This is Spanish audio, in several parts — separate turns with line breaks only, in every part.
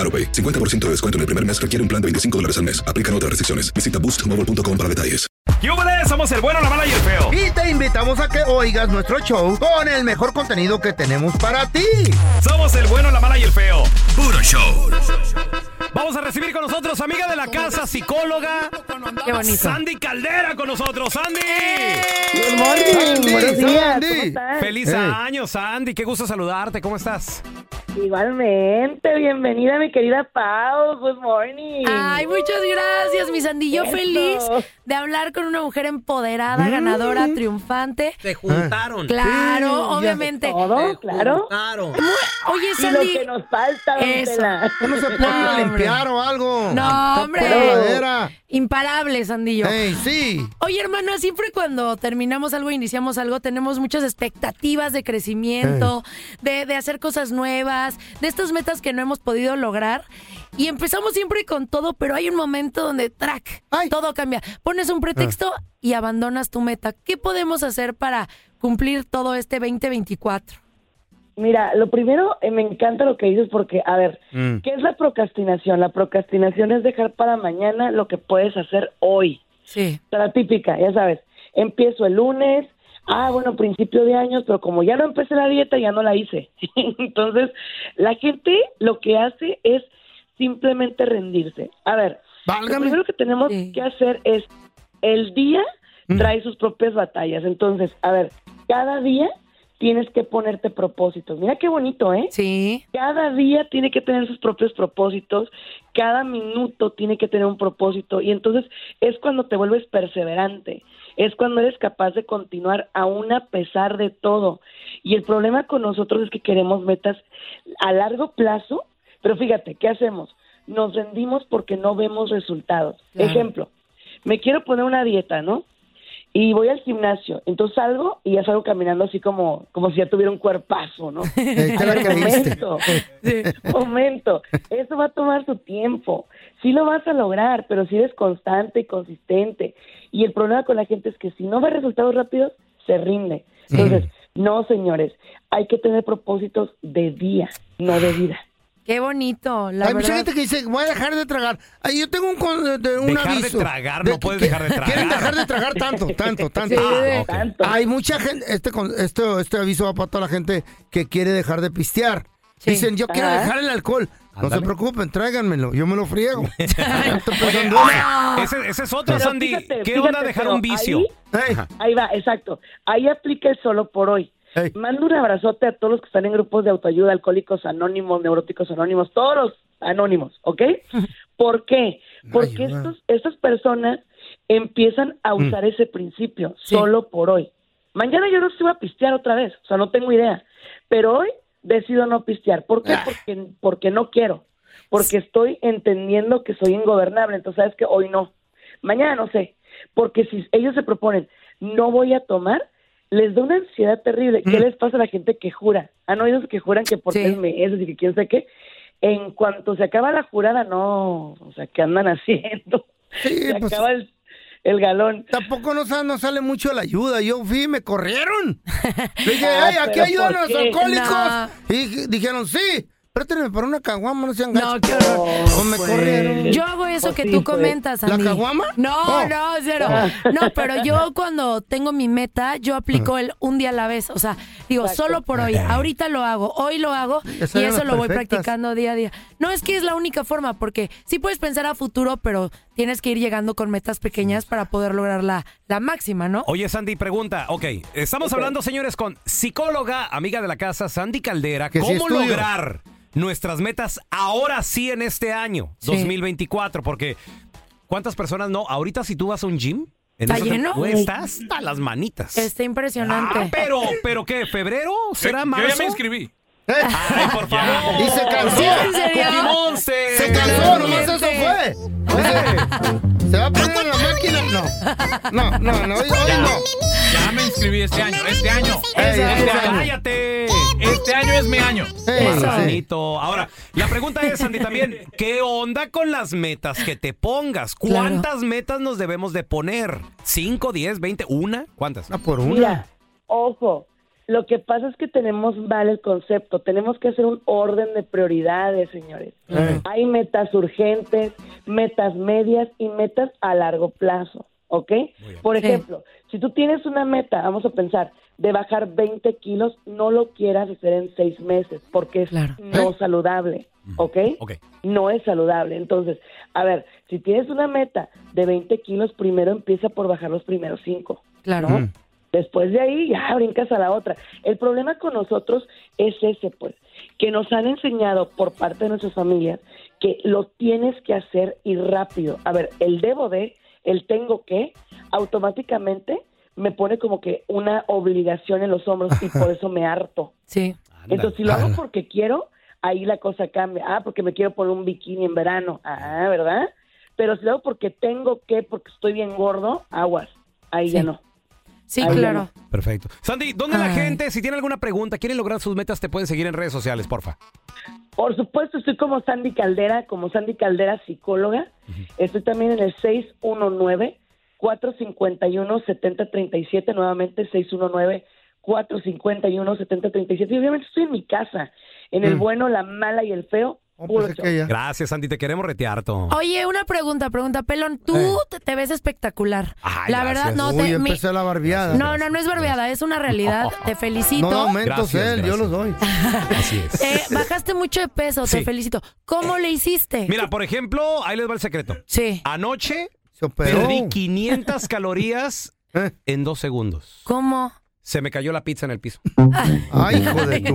AroPay. 50% de descuento en el primer mes requiere un plan de 25 dólares al mes. Aplican otras restricciones. Visita boostmobile.com para detalles.
¡Yúbales! Somos el bueno, la mala y el feo.
Y te invitamos a que oigas nuestro show con el mejor contenido que tenemos para ti.
Somos el bueno, la mala y el feo. Puro show. Vamos a recibir con nosotros amiga de la casa, psicóloga.
Qué bonito.
Sandy Caldera con nosotros, Sandy.
Good morning,
Sandy,
buenos días,
Sandy.
¿cómo estás? Eh.
Feliz
Hey.
año, Sandy. Qué gusto saludarte. ¿Cómo estás?
Igualmente, bienvenida mi querida Pau, good morning.
Ay, muchas gracias, mi sandillo
Eso.
feliz de hablar con una mujer empoderada, ganadora, triunfante.
Se juntaron.
Ah. Claro, obviamente.
Todo, claro.
Claro.
Oye,
Y lo
Sandy.
que nos falta, don
Eso.
Tela.
¿Tú no se puede
No, hombre.
limpiar o algo?
No,
Pura
hombre.
madera.
Imparable, sandillo.
Ey, sí.
Oye, hermana, siempre cuando terminamos algo, iniciamos algo, tenemos muchas expectativas de crecimiento, de, de hacer cosas nuevas, de estas metas que no hemos podido lograr. Y empezamos siempre con todo, pero hay un momento donde, track,
Ay. Ah.
todo cambia. Pones un pretexto y abandonas tu meta. ¿Qué podemos hacer para cumplir todo este 2024?
Mira, lo primero, eh, me encanta lo que dices porque, a ver, ¿qué es la procrastinación? La procrastinación es dejar para mañana lo que puedes hacer hoy.
Sí.
O sea, la típica, ya sabes, empiezo el lunes, ah, bueno, principio de años, pero como ya no empecé la dieta, ya no la hice. Entonces, la gente lo que hace es simplemente rendirse. A ver, lo
Válgame.
primero que tenemos
Sí.
que hacer es, el día
Mm.
trae sus propias batallas. Entonces, a ver, cada día tienes que ponerte propósitos. Mira qué bonito, ¿eh?
Sí.
Cada día tiene que tener sus propios propósitos, cada minuto tiene que tener un propósito y entonces es cuando te vuelves perseverante, es cuando eres capaz de continuar aún a pesar de todo. Y el problema con nosotros es que queremos metas a largo plazo, pero fíjate, ¿qué hacemos? Nos rendimos porque no vemos resultados.
Claro.
Ejemplo, me quiero poner una dieta, ¿no? Y voy al gimnasio, entonces salgo y ya salgo caminando así como, como si ya tuviera un cuerpazo, ¿no?
Eh, te la creíste.
Momento, momento. Eso va a tomar su tiempo. Sí lo vas a lograr, pero si eres constante y consistente. Y el problema con la gente es que si no ve resultados rápidos, se rinde. Entonces, no, señores, hay que tener propósitos de día, no de vida.
Qué bonito, la
Hay mucha
verdad.
gente que dice, voy a dejar de tragar. Ay, yo tengo un, con- de- un
Dejar de
aviso.
tragar, no puedes
que-
dejar de tragar.
Quieren dejar de tragar tanto, tanto, tanto. Ah,
Sí, de-
ok.
Tanto.
Hay mucha gente, este, con- este, este aviso va para toda la gente que quiere dejar de pistear.
Sí.
Dicen, yo quiero
Ajá.
dejar el alcohol. No se preocupen, tráiganmelo, yo me lo friego. pues,
Oye,
Empezando-
oye, ese, ese es otro,
Pero
Sandy.
fíjate,
¿Qué
fíjate,
onda dejar
pero
un vicio?
ahí-
Ey,
Ahí va, exacto. Ahí aplica el solo por hoy.
Ey.
Mando un abrazote a todos los que están en grupos de autoayuda, alcohólicos anónimos, neuróticos anónimos, todos los anónimos, ¿ok? ¿Por qué? Porque
Ayuda.
estos, estas personas empiezan a usar ese principio solo por hoy. Mañana yo no sé si voy a pistear otra vez, o sea, no tengo idea. Pero hoy decido no pistear. ¿Por qué? Porque, porque no quiero. Porque estoy entendiendo que soy ingobernable. Entonces, ¿sabes que Hoy no. Mañana no sé. Porque si ellos se proponen, no voy a tomar, les da una ansiedad terrible. ¿Qué les pasa a la gente que jura? ¿Han oído que juran que por
Sí.
tres meses y que quién sabe qué? En cuanto se acaba la jurada, no. O sea, ¿qué andan haciendo?
Sí,
Se
pues-
acaba el, el galón.
Tampoco no, sa- no sale mucho la ayuda. Yo fui y me corrieron. Le dije,
Ah,
"Ey, aquí
pero
ayudan a
¿por
los
qué?
alcohólicos.
No.
Y dije- dijeron, sí, préstenme para una caguama, no sean
No,
gachos.
qué horror.
No, me corrieron.
Yo hago eso
Pues
que
sí,
tú
pues.
comentas,
¿La
Andy.
caguama?
No,
Oh.
no, cero. No, pero yo cuando tengo mi meta, yo aplico el un día a la vez. O sea, digo, solo por hoy. Ahorita lo hago, hoy lo hago
Esas
y
eran
eso
las
lo voy
perfectas.
practicando día a día. No es que es la única forma, porque sí puedes pensar a futuro, pero tienes que ir llegando con metas pequeñas para poder lograr la, la máxima, ¿no?
Oye, Sandy, pregunta. Ok, estamos hablando, señores, con psicóloga, amiga de la casa, Sandy Caldera.
Que sí
¿Cómo
estudio.
lograr nuestras metas ahora sí en este año,
Sí.
2024? Porque, ¿cuántas personas no? Ahorita si tú vas a un gym... en
¿Está
esos-
lleno?
Güey, Está hasta las manitas.
Está impresionante.
Ah, pero, ¿pero qué? ¿Febrero? ¿Será marzo?
Yo ya me inscribí.
Eh,
Ay, por favor.
Y se cansó.
¿Sí es en serio?
Cookie Monster.
Se cansó, nomás eso fue. Ese, ¿Se va a poner en la máquina? No, no, no, no hoy, hoy no.
Ya me inscribí este año. Este año.
Ey,
Este
ese
año.
año.
Cállate.
Este año es mi año.
Ey,
Eso.
sí.
Marranito. Ahora, la pregunta es, Sandy, también, ¿qué onda con las metas que te pongas?
Claro.
¿Cuántas metas nos debemos de poner? ¿Cinco, diez, veinte, una? ¿Cuántas?
Ah, por una.
Mira, ojo, lo que pasa es que tenemos mal el concepto. Tenemos que hacer un orden de prioridades, señores.
Mm,
Eh.
Hay metas urgentes, metas medias y metas a largo plazo, ¿ok? Por
Sí.
ejemplo, si tú tienes una meta, vamos a pensar, de bajar 20 kilos, no lo quieras hacer en seis meses porque es
Claro.
no saludable, ¿ok?
Ok.
no es saludable. Entonces, a ver, si tienes una meta de 20 kilos, primero empieza por bajar los primeros 5.
Claro.
Mm.
Después de ahí ya brincas a la otra. El problema con nosotros es ese, pues, que nos han enseñado por parte de nuestras familias que lo tienes que hacer y rápido. A ver, el debo de, el tengo que, automáticamente me pone como que una obligación en los hombros y por eso me harto.
Sí.
Entonces, si lo hago porque quiero, ahí la cosa cambia. Ah, porque me quiero poner un bikini en verano. Ah, ¿verdad? Pero si lo hago porque tengo que, porque estoy bien gordo, aguas. Ahí
Sí.
ya no.
Sí,
Ahí
claro.
Perfecto. Sandy, ¿dónde la
Ay.
gente, si tiene alguna pregunta, quieren lograr sus metas, te pueden seguir en redes sociales, porfa?
Por supuesto, estoy como Sandy Caldera, como Sandy Caldera, psicóloga. Estoy también en el 619-451-7037, nuevamente 619-451-7037. Y obviamente estoy en mi casa, en
Mm.
el bueno, la mala y el feo.
Oh,
puro
pues es
show.
que ya.
Gracias, Sandy, te queremos retear, to.
Oye, una pregunta, pregunta, Pelón. Tú te, te ves espectacular.
Ay,
la verdad,
gracias.
no
Eh. Uy,
te. mi-
empecé la barbeada.
No, no, no es barbeada, es una realidad. Te felicito.
No, aumentos
Gracias,
él, yo
gracias.
los doy.
Así es.
Eh, bajaste mucho de peso, te
Sí.
felicito. ¿Cómo le hiciste?
Mira, por ejemplo, ahí les va el secreto.
Sí.
Anoche
Se operó.
perdí 500 calorías
Eh.
en dos segundos.
¿Cómo?
Se me cayó la pizza en el piso.
Ay, hijo de tu.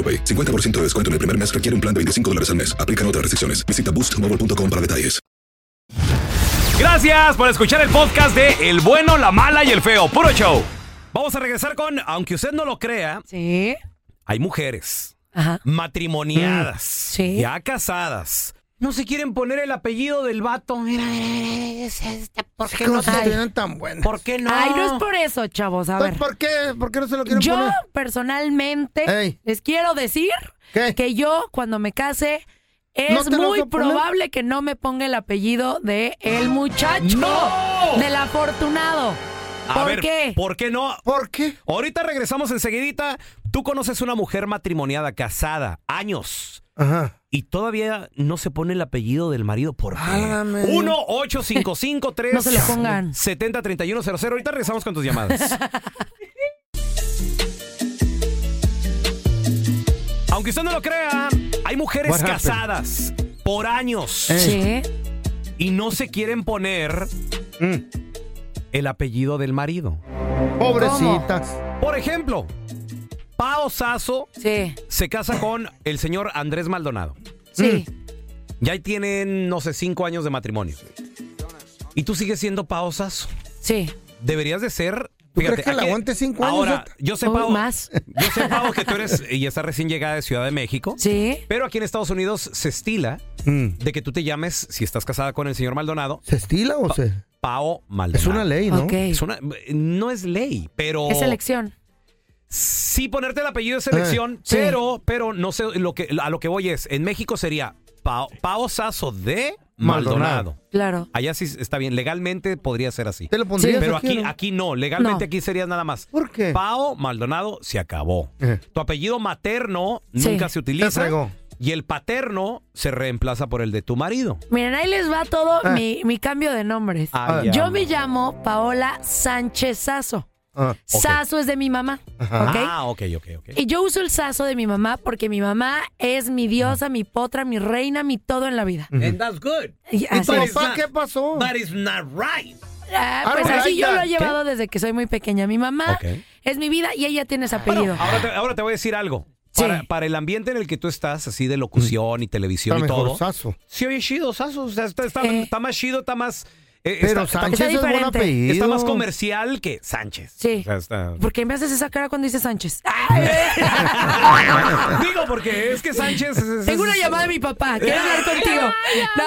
50% de descuento en el primer mes requiere un plan de 25 dólares al mes. Aplican otras restricciones. Visita boostmobile.com para detalles.
Gracias por escuchar el podcast de El Bueno, la Mala y el Feo. Puro show. Vamos a regresar con, aunque usted no lo crea,
Sí.
hay mujeres
Ajá.
matrimoniadas,
Mm. Sí.
ya casadas, No se quieren poner el apellido del vato. Mira, mira, mira, es esta. ¿Por qué no?
se
se-
tienen tan buenas?
¿Por qué no?
Ay, no es por eso, chavos. A ver.
Entonces, Pues, ¿Por qué? ¿Por qué no se lo quieren
Yo
poner?
personalmente
Ey.
les quiero decir
¿Qué?
que yo cuando me case
¿No
es
te lo vas
muy
a poner?
probable que no me ponga el apellido de el muchacho
¡No!
del afortunado.
A
¿Por
ver,
qué?
¿Por qué no?
¿Por qué?
Ahorita regresamos enseguidita. Tú conoces una mujer matrimoniada, casada, años.
Ajá.
Y todavía no se pone el apellido del marido. ¿Por qué?
Válgame.
1 855 3
No se lo pongan.
70 31 00. Ahorita regresamos con tus llamadas. Aunque usted no lo crea, hay
What
mujeres
happened?
casadas por años
Eh. Sí. Mm.
y no se quieren poner el apellido del marido.
Pobrecitas.
Por ejemplo, Pao Sasso
Sí.
se casa con el señor Andrés Maldonado. Mm.
Sí.
Ya ahí tienen, no sé, cinco años de matrimonio. Y tú sigues siendo Pao Sasso.
Sí.
Deberías de ser...
¿Tú crees que la aguante cinco años,
Ahora,
Zeta?
yo sé,
Uy,
Pao,
más.
yo sé, Pao, que tú eres y estás recién llegada de Ciudad de México.
Sí.
Pero aquí en Estados Unidos se estila
Mm.
de que tú te llames, si estás casada con el señor Maldonado,
¿Se estila o se...?
Pao Maldonado.
Es una ley, ¿no?
Ok.
Es una- no es ley, pero...
Es elección.
Sí, ponerte el apellido es
Eh,
elección,
Eh, sí.
pero, pero no sé, lo que, a lo que voy es, en México sería Pao, Pao Sasso de Maldonado.
Maldonado.
Claro.
Allá sí está bien, legalmente podría ser así.
¿Te lo pondrías
Sí.
Pero
aquí,
aquí,
no?
aquí no, legalmente
No.
aquí sería nada más.
¿Por qué?
Pao Maldonado se acabó.
Eh.
Tu apellido materno
Sí.
nunca se utiliza.
Se fregó.
Y el paterno se reemplaza por el de tu marido.
Miren, ahí les va todo
Ah.
mi, mi cambio de nombres.
Ay,
Yo
ama.
me llamo Paola Sánchez Sazo.
Ah,
Sazo es de mi mamá.
Ajá.
¿ok?
Ah, ok, ok, ok.
Y yo uso el sazo de mi mamá porque mi mamá es mi diosa, mi potra, mi reina, mi todo en la vida.
And that's good.
Y
¿Y
así
tu
es.
papá qué pasó?
But it's not right.
Ah,
I
pues
don't
así
like
yo
that.
lo he llevado desde que soy muy pequeña. Mi mamá
Ok.
es mi vida y ella tiene ese apellido.
Bueno, ahora, te, ahora te voy a decir algo.
Sí.
Para, para el ambiente en el que tú estás, así de locución y televisión
Está
y
mejor
todo.
Sazo.
Sí, oye, chido, Sazo. o sea, está, está-
Eh.
está más chido, está más. eh,
Pero
está,
Sánchez es buen
diferente.
apellido.
está más comercial que Sánchez.
Sí.
O sea, está-
¿Por qué me haces esa cara cuando dices Sánchez? ¡Ay!
Digo, porque es que Sánchez. es- es-
Tengo una
es-
llamada de mi papá. Quiero hablar contigo. No,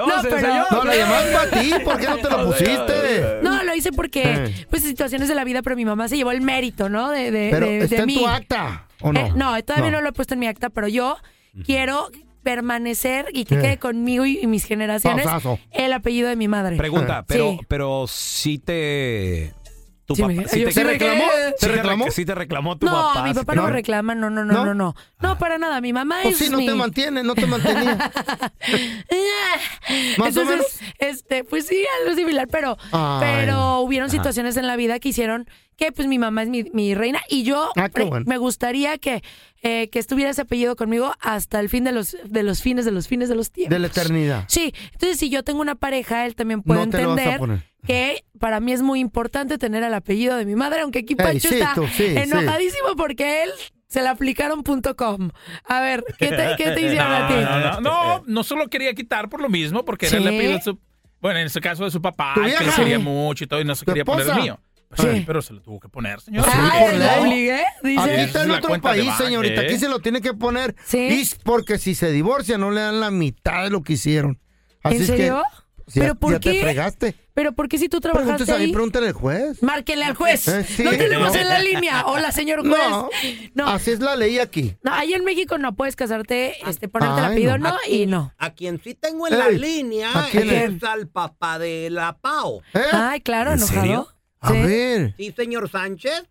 Vamos,
no,
se
pero...
desayunó.
No, la llamaste para ti. ¿Por qué no te la pusiste?
No, lo hice porque,
Eh.
pues, situaciones de la vida, pero mi mamá se llevó el mérito, ¿no? De, de,
Pero
de- de
está en
mí.
tu acta, ¿o no?
Eh, todavía no. lo he puesto en mi acta, pero yo quiero permanecer y que
Eh.
quede conmigo y, y mis generaciones
Pasazo.
el apellido de mi madre.
Pregunta, pero,
Sí.
pero si te. Tu
Sí,
papá.
me-
si
yo
te,
sí me quedé.
¿Sí
¿Se
te re-
reclamó?
sí te reclamó tu
no,
papá.
mi
sí
papá
te-
no, reclama, no, no, no,
¿No?
no, no. No, para nada, mi mamá
Pues
es
sí, no
mi...
te mantiene, no te mantenía. Más o
Entonces,
menos.
este, pues sí, algo similar, pero,
Ay.
pero hubieron situaciones en la vida que hicieron que pues mi mamá es mi, mi reina y yo
Ah, qué
pre-
bueno.
me gustaría que, eh, que estuviera ese apellido conmigo hasta el fin de los, de los fines, de los fines de los tiempos.
De la eternidad.
Sí, entonces si yo tengo una pareja, él también puede
No te lo vas a
entender
poner.
que para mí es muy importante tener el apellido de mi madre, aunque aquí Pancho
sí,
está
tú, sí, sí.
enojadísimo porque él se la aplicaron punto com. A ver, ¿qué te, qué te hicieron a ti?
No, no, no, no se lo quería quitar por lo mismo, porque era
Sí.
el apellido de su. Bueno, en ese caso de su papá,
¿Tu
que
vieja?
le quería
Sí.
mucho y todo, y no se
¿Tu
quería poner el
esposa?
mío. Pues
Sí.
sí, pero se lo tuvo que poner, señor.
Ay,
por
¿lo
ley.
obligué?
Aquí
Dice.
está en
la
otro
cuenta de
país,
banco,
señorita.
¿eh?
Aquí se lo tiene que poner.
Sí.
Y porque si se divorcian, no le dan la mitad de lo que hicieron. Así
¿En
es que-
serio?
Sí,
¿Pero
ya-
por
ya te
qué?
fregaste.
¿Pero por qué si tú trabajaste
Pregúntese a mí,
ahí?
pregúntale al juez.
Márquenle al juez.
Eh, sí.
No tenemos
No.
en la línea. Hola, señor juez.
No,
No.
Así es la ley aquí.
No, ahí en México no puedes casarte, este, ponerte el
Ay,
apellido,
no.
no, y no.
A quien sí tengo en la
Ey, ¿a
línea
quién
es,
es?
al papá de la PAO.
¿Eh?
Ay, claro,
¿En
enojado.
serio?
a
Sí.
ver.
Sí, señor Sánchez.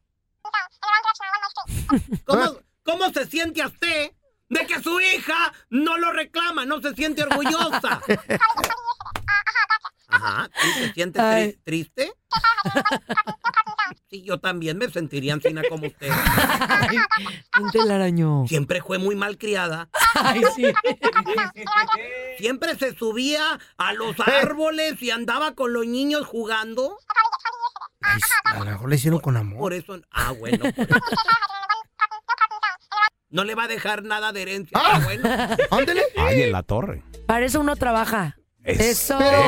Pues,
¿Cómo, cómo se siente a usted de que su hija no lo reclama, no se siente orgullosa? Ajá, ¿sí se siente tri-
Ay.
triste? Sí, yo también me sentiría encina como usted.
Ay, un telaraño.
Siempre fue muy mal criada.
Ay, sí.
Siempre se subía a los árboles y andaba con los niños jugando.
Ay, a lo mejor le hicieron con amor.
Por eso. Ah, bueno. pues. No le va a dejar nada de herencia.
Ah.
Ah, bueno.
Ándele.
Ay, en la torre.
Para eso uno trabaja.
Es-
Eso.
Pero,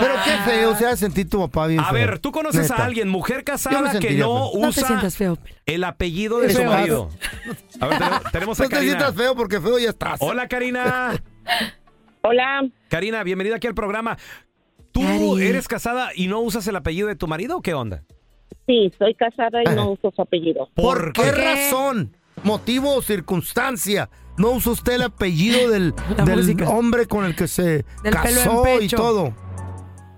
pero qué feo, o sea, sentir tu papá bien
A
feo.
ver, tú conoces
Neta.
a alguien, mujer
Yo me
casada, que
sentiría
no
feo.
No te
usa
sientas feo. Pelo.
el apellido de
Qué
su
feo.
marido. A ver, tenemos- tenemos a
No Pues te sientas
Karina.
feo porque feo ya estás.
Hola, Karina.
Hola.
Karina, bienvenida aquí al programa. ¿Tú
Cari.
eres casada y no usas el apellido de tu marido o qué onda?
Sí, soy casada
Ah.
y no uso su apellido.
¿Por qué razón, motivo o circunstancia no usó usted el apellido del, del hombre con el que se
Del pelo en
casó y
pecho.
todo?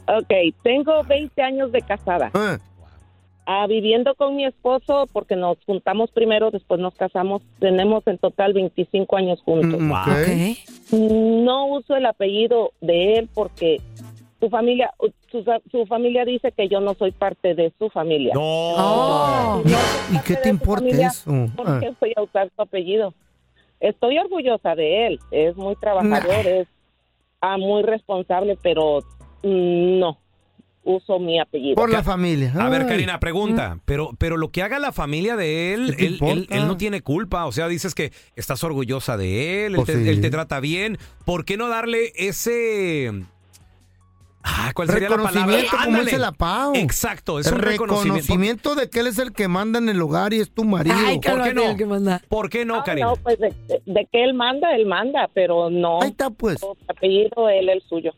Ok, tengo 20 años de casada. Ah, viviendo con mi esposo, porque nos juntamos primero, después nos casamos. Tenemos en total 25 años juntos.
Mm, ok.
No uso el apellido de él porque su familia, su, su familia dice que yo no soy parte de su familia.
No. ¿Y qué te importa
familia,
eso? Ah.
¿Por qué voy a usar su apellido? Estoy orgullosa de él. Es muy trabajador, es ah, muy responsable, pero mm, no uso mi apellido.
Por la familia.
A ver,
Ay.
Karina, pregunta. Pero, pero lo que haga la familia de él, él, él- él no tiene culpa. O sea, dices que estás orgullosa de él, él,
Pues
te,
sí.
él te trata bien. ¿Por qué no darle ese... Ah, ¿Cuál sería la palabra?
Reconocimiento, como
Ándale.
dice la Pau.
Exacto, es
El
un reconocimiento.
de que él es el que manda en el hogar y es tu marido.
Ay,
¿Por qué no? ¿Por qué no,
Ah,
Karina?
No, pues de, de- de que él manda, él manda, pero no. Ahí
está, pues.
apellido, él, el suyo.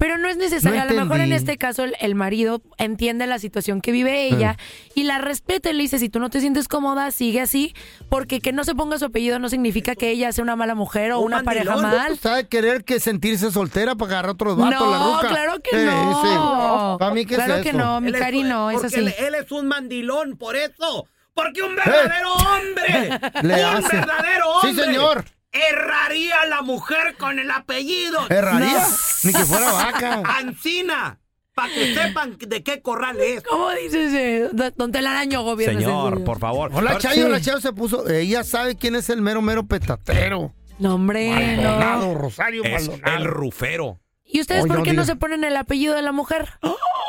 Pero no es necesario.
No
a lo mejor en
entendí.
este caso el, el marido entiende la situación que
Ah.
vive ella y la respeta y le dice, si tú no te sientes cómoda, sigue así, porque que no se ponga su apellido no significa que ella sea una mala mujer o una pareja
Mandilón,
mal.
pues, Sabe querer que sentirse soltera para agarrar otros vatos,
No,
la ruca.
Oh,
Eh,
claro que no.
Para mí, ¿qué es
Claro que
eso?
no, mi
Él es-
Cari, no, es
porque
así.
Él, él es un mandilón, por eso. Porque un verdadero hombre,
Eh. Le
un
hace.
verdadero
Sí,
hombre,
señor.
erraría a la mujer con el apellido.
¿Erraría? Ni que fuera vaca.
Ancina, para que sepan de qué corral es.
¿Cómo dices? eh, don- Don Telaraño, gobierno.
Señor,
ese-
por favor.
Hola,
Ahora-
Chayo,
Sí.
la Chayo se puso. eh, Ella sabe quién es el mero, mero petatero.
No, hombre,
Maldonado,
no.
Rosario
Es
Maldonado.
el rufero.
¿Y ustedes
Oye,
por
no
qué no
digas.
se ponen el apellido de la mujer?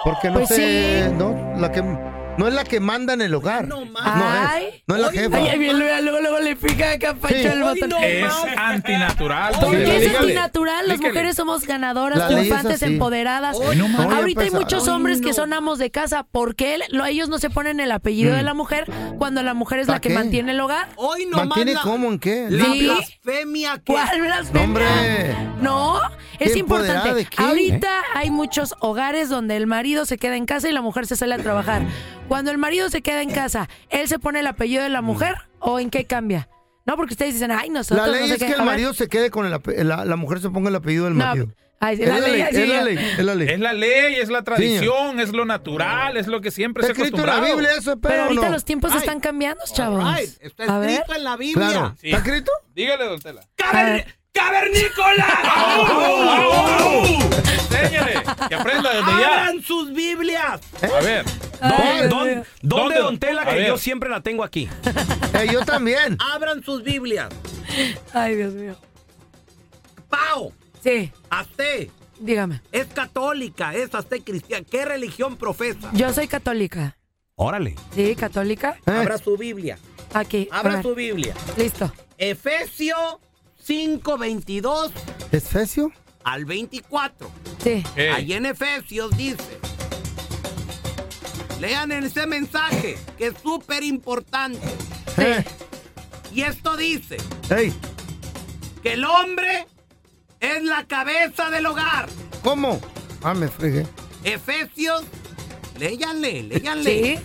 Porque no
Pues
se-
sí.
No, la que, no es la que manda en el hogar. No, eh.
Ay.
es. No es la jefa.
Ay, bien, luego, luego, luego le pica a Capacho
Sí.
el botón.
es antinatural.
Oye,
también.
es antinatural. Las
Dígale.
mujeres somos ganadoras,
La ley es
triunfantes,
así.
empoderadas.
Ay, no mames.
Ahorita hay
Oye,
muchos
empezaron.
hombres
Ay,
que
no.
son amos de casa porque él- lo- ellos no se ponen el apellido
Mm.
de la mujer cuando la mujer es la
¿Pa'
que
qué?
mantiene el hogar.
Hoy
¿Mantiene cómo? ¿En qué?
La
Sí.
blasfemia que...
¿Cuál blasfemia?
Hombre.
No, es
¿Qué empoderada
importante.
de qué? ¿Eh?
Ahorita hay muchos hogares donde el marido se queda en casa y la mujer se sale a trabajar. Cuando el marido se queda en casa, ¿él se pone el apellido
Mm.
de la mujer o en qué cambia? No, porque ustedes dicen, ay, nosotros
La ley
no sé
es
qué".
que
A
el
ver,
marido se quede con el ape- la, la mujer se ponga el apellido del
No,
marido.
ay,
es, la ley,
sí,
es la
ya.
ley, es la ley.
Es la ley, es la tradición, es lo natural, es lo que siempre se
Está
ha
escrito en la
acostumbrado.
Biblia eso, pero
Pero ahorita
no.
los tiempos están cambiando, chavos.
Está
A ver.
escrito en la Biblia.
Claro.
Sí.
¿Está escrito?
Dígale, don Tela.
Oh,
Que aprenda desde ya.
¡Abran sus Biblias!
¿Eh?
A ver.
¿Dónde,
Ay,
dónde-
Dios.
dónde,
¿Dónde?
don Tela?
A
Que
ver.
yo siempre la tengo aquí.
Eh, yo también.
Abran sus Biblias.
Ay, Dios mío.
Pau.
Sí.
A usted.
Dígame.
Es católica, es a usted cristiana. ¿Qué religión profesa?
Yo soy católica.
Órale.
Sí, católica.
Eh.
Abra su Biblia.
Aquí. a
Abra
ver.
su Biblia.
Listo.
Efesio 5:22
¿Es fecio?
al 24.
Sí.
Ey.
Ahí en Efesios dice. Lean en ese mensaje que es súper importante. Y esto dice
Ey,
que el hombre es la cabeza del hogar.
¿Cómo? Ah, me fregué.
Efesios, léanle, léanle.
Sí.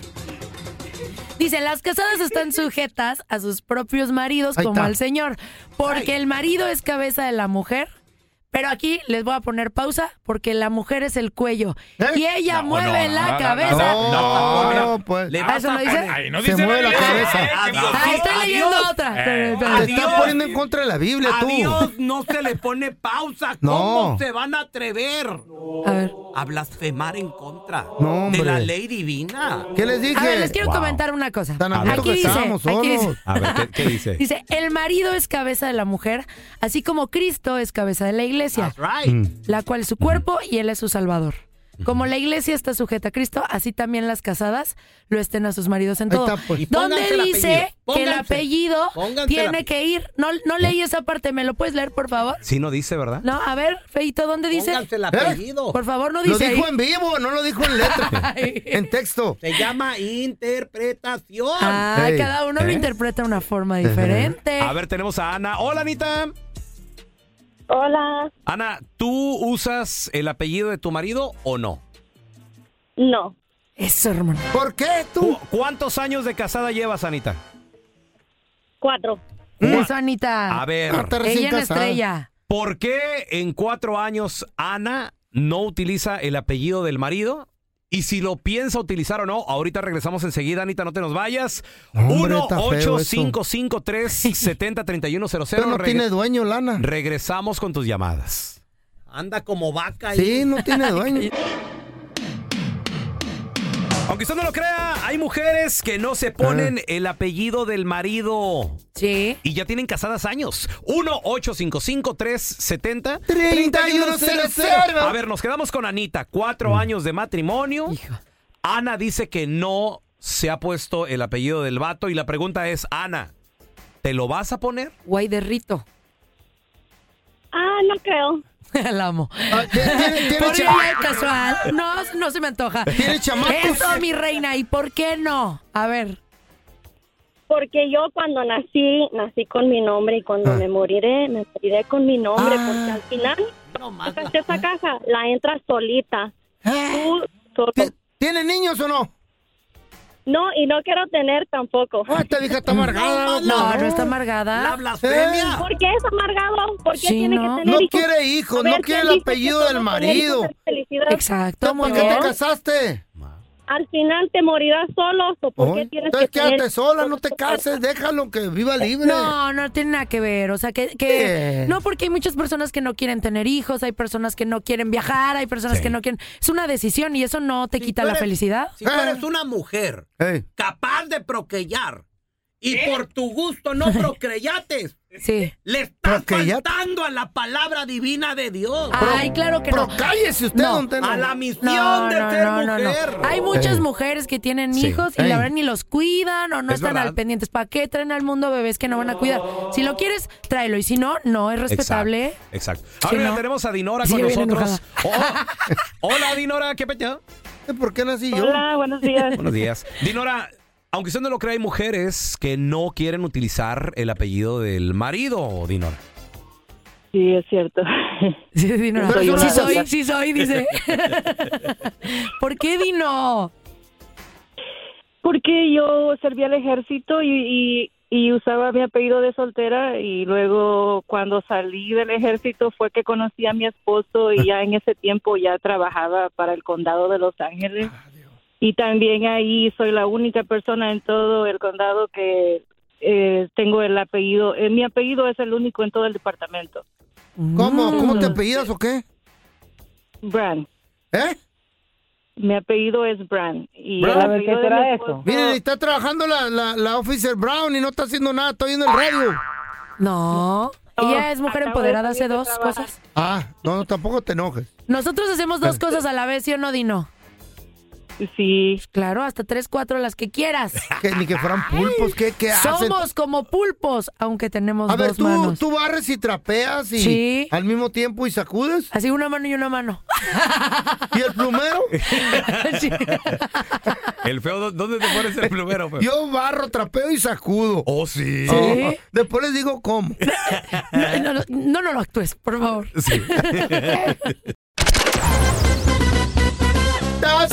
Dice, las casadas están sujetas a sus propios maridos
Ahí
como
está.
al Señor, porque el marido es cabeza de la mujer. Pero aquí les voy a poner pausa porque la mujer es el cuello y ella mueve la cabeza.
No, no, pues.
¿Le vas a- ¿Eso lo dice? Ahí
no
Se
dice
mueve
la
la,
ley.
cabeza.
Ah, estoy leyendo otra.
Te está poniendo en contra de la Biblia,
A
tú.
Dios no se le pone pausa.
No.
¿Cómo se van a atrever
A ver.
a blasfemar en contra
No, hombre.
de la ley divina?
Ah, ¿Qué les dije?
A ver, les quiero comentar una cosa.
Tan a gusto
Aquí
que
dice,
estábamos
aquí dice-
solos.
A ver, ¿qué, qué dice?
Dice, el marido es cabeza de la mujer, así como Cristo es cabeza de la iglesia,
That's right. Mm.
la cual es su cuerpo y él es su salvador. Como la iglesia está sujeta a Cristo, así también las casadas lo estén a sus maridos en
Ahí
todo.
está, pues. Y
Donde
pónganse el apellido.
dice que el
Pónganse.
apellido
Pónganse el
tiene
apellido.
que ir. No, no leí esa parte, ¿me lo puedes leer, por favor?
Sí, no dice, ¿verdad?
No, a ver, Feito, ¿dónde dice? ¿Eh?
Pónganse el apellido.
Por favor, no
Lo
dice
dijo
ahí.
en vivo, no lo dijo en letra. en texto.
Se llama interpretación.
Ah,
Ey.
cada uno lo
¿Eh?
interpreta de una forma diferente.
A ver, tenemos a Ana. Hola, Anita.
Hola.
Ana, ¿tú usas el apellido de tu marido o no?
No.
Eso, hermano.
¿Por qué tú?
¿Cuántos años de casada llevas, Anita?
Cuatro.
Eso, Anita.
A ver.
Ah, te recién
Ella no
casada.
estrella.
¿Por qué en cuatro años Ana no utiliza el apellido del marido? Y si lo piensa utilizar o no, ahorita regresamos enseguida, Anita, no te nos vayas.
Hombre, está feo eso.
1-855-370-3100.
Pero no
Regre-
tiene dueño, Lana.
Regresamos con tus llamadas.
Anda como vaca.
Sí, no tiene dueño.
Aunque usted no lo crea, hay mujeres que no se ponen el apellido del marido.
Sí.
Y ya tienen casadas años. 1-855-370.
3100.
A ver, nos quedamos con Anita. Cuatro años de matrimonio. Ana dice que no se ha puesto el apellido del vato. Y la pregunta es, Ana, ¿te lo vas a poner?
Guay de rito.
Ah, no creo.
La amo.
Ah, ¿tiene- tiene- tiene
Por
cha-
ella casual. No, no se me antoja.
¿Tiene chamacos?
Eso, mi reina. ¿Y por qué no? A ver.
Porque yo cuando nací, nací con mi nombre y cuando
Ah.
me moriré, me moriré con mi nombre,
Ah.
porque al final, sacaste esa caja, la entras solita.
Eh.
Tú solo.
¿Ti- ¿Tiene niños o no?
No, y no quiero tener tampoco.
Ah, esta vieja está amargada. loco.
No, no está
La
amargada.
blasfemia.
¿Por qué es amargado? ¿Por qué
Sí,
tiene
¿no?
que tener
No
hijos?
quiere hijos,
A ver,
no
¿quién
quiere el
dice que
apellido
solo
del
tener
marido.
hijos es felicidad?
Exacto,
¿Tú
muy
¿Para qué te
bien.
casaste?
Al final te morirás solo. ¿so ¿Por qué
Ay,
tienes
Entonces
que tener
quédate sola,
hijos? Eh,
no te cases, déjalo que viva libre.
No, no tiene nada que ver. O sea, que, que
Eh.
no, porque hay muchas personas que no quieren tener hijos, hay personas que no quieren viajar, hay personas
Sí.
que no quieren. Es una decisión y eso no te
Si
quita
tú
la
eres-
felicidad.
Si tú eres una mujer
Eh. Ey,
capaz de procrear y
¿Eh?
por tu gusto no procreates,
Sí.
le estás
Procrear.
faltando a la palabra divina de Dios.
Ay, claro que no.
Pero cállese usted,
No,
don Tela.
a la misión
No,
de
no,
ser
no, no, no.
mujer.
Hay muchas
Ey.
mujeres que tienen
Sí.
hijos y
Ey.
la verdad ni los cuidan o no
Es
están
verdad.
al pendientes. ¿Para qué traen al mundo bebés que no van a cuidar? Si lo quieres, tráelo. Y si no, no es respetable.
Exacto. exacto. Ahora
Sí,
ya
¿no?
tenemos a Dinora
Sí,
con
viene
nosotros. Oh, hola, Dinora, ¿qué peña?
¿Por qué nací yo?
Hola, buenos días.
Buenos días. Dinora, aunque usted no lo crea, hay mujeres que no quieren utilizar el apellido del marido, Dinora.
sí, es cierto.
Sí, Dino.
Pero
Sí
es una-
soy, sí soy, dice. ¿Por qué Dino?
Porque yo serví al ejército y, y, y usaba mi apellido de soltera y luego cuando salí del ejército fue que conocí a mi esposo y ya en ese tiempo ya trabajaba para el condado de Los Ángeles. Y también ahí soy la única persona en todo el condado que eh, tengo el apellido. eh, mi apellido es el único en todo el departamento.
¿Cómo?
Mm.
¿Cómo te apellidas o qué?
Brand.
¿Eh?
Mi apellido es Brand. Y
Brand,
el
a ver,
apellido de
¿qué
mi
será
esposo-
eso?
Miren, está trabajando la, la, la Officer Brown y no está haciendo nada, está oyendo el radio.
No.
No,
Ella es mujer
acabo de
empoderada,
salir
hace
de
dos
trabajar.
cosas.
Ah, no, no, tampoco te enojes.
Nosotros hacemos dos cosas a la vez, ¿sí o no, Dino? Pues
Sí.
Claro, hasta tres, cuatro, las que quieras.
Que ni que fueran pulpos, ¿qué, qué hacen?
Somos como pulpos, aunque tenemos
A ver,
dos
tú,
manos.
tú barres y trapeas y
Sí.
al mismo tiempo y sacudes.
Así una mano y una mano.
¿Y el plumero?
Sí.
El feo, ¿dónde te pones el plumero, feo?
Yo barro, trapeo y sacudo.
Oh, sí.
Oh, después les digo cómo.
No, no, no, no, no lo actúes, por favor.
Estás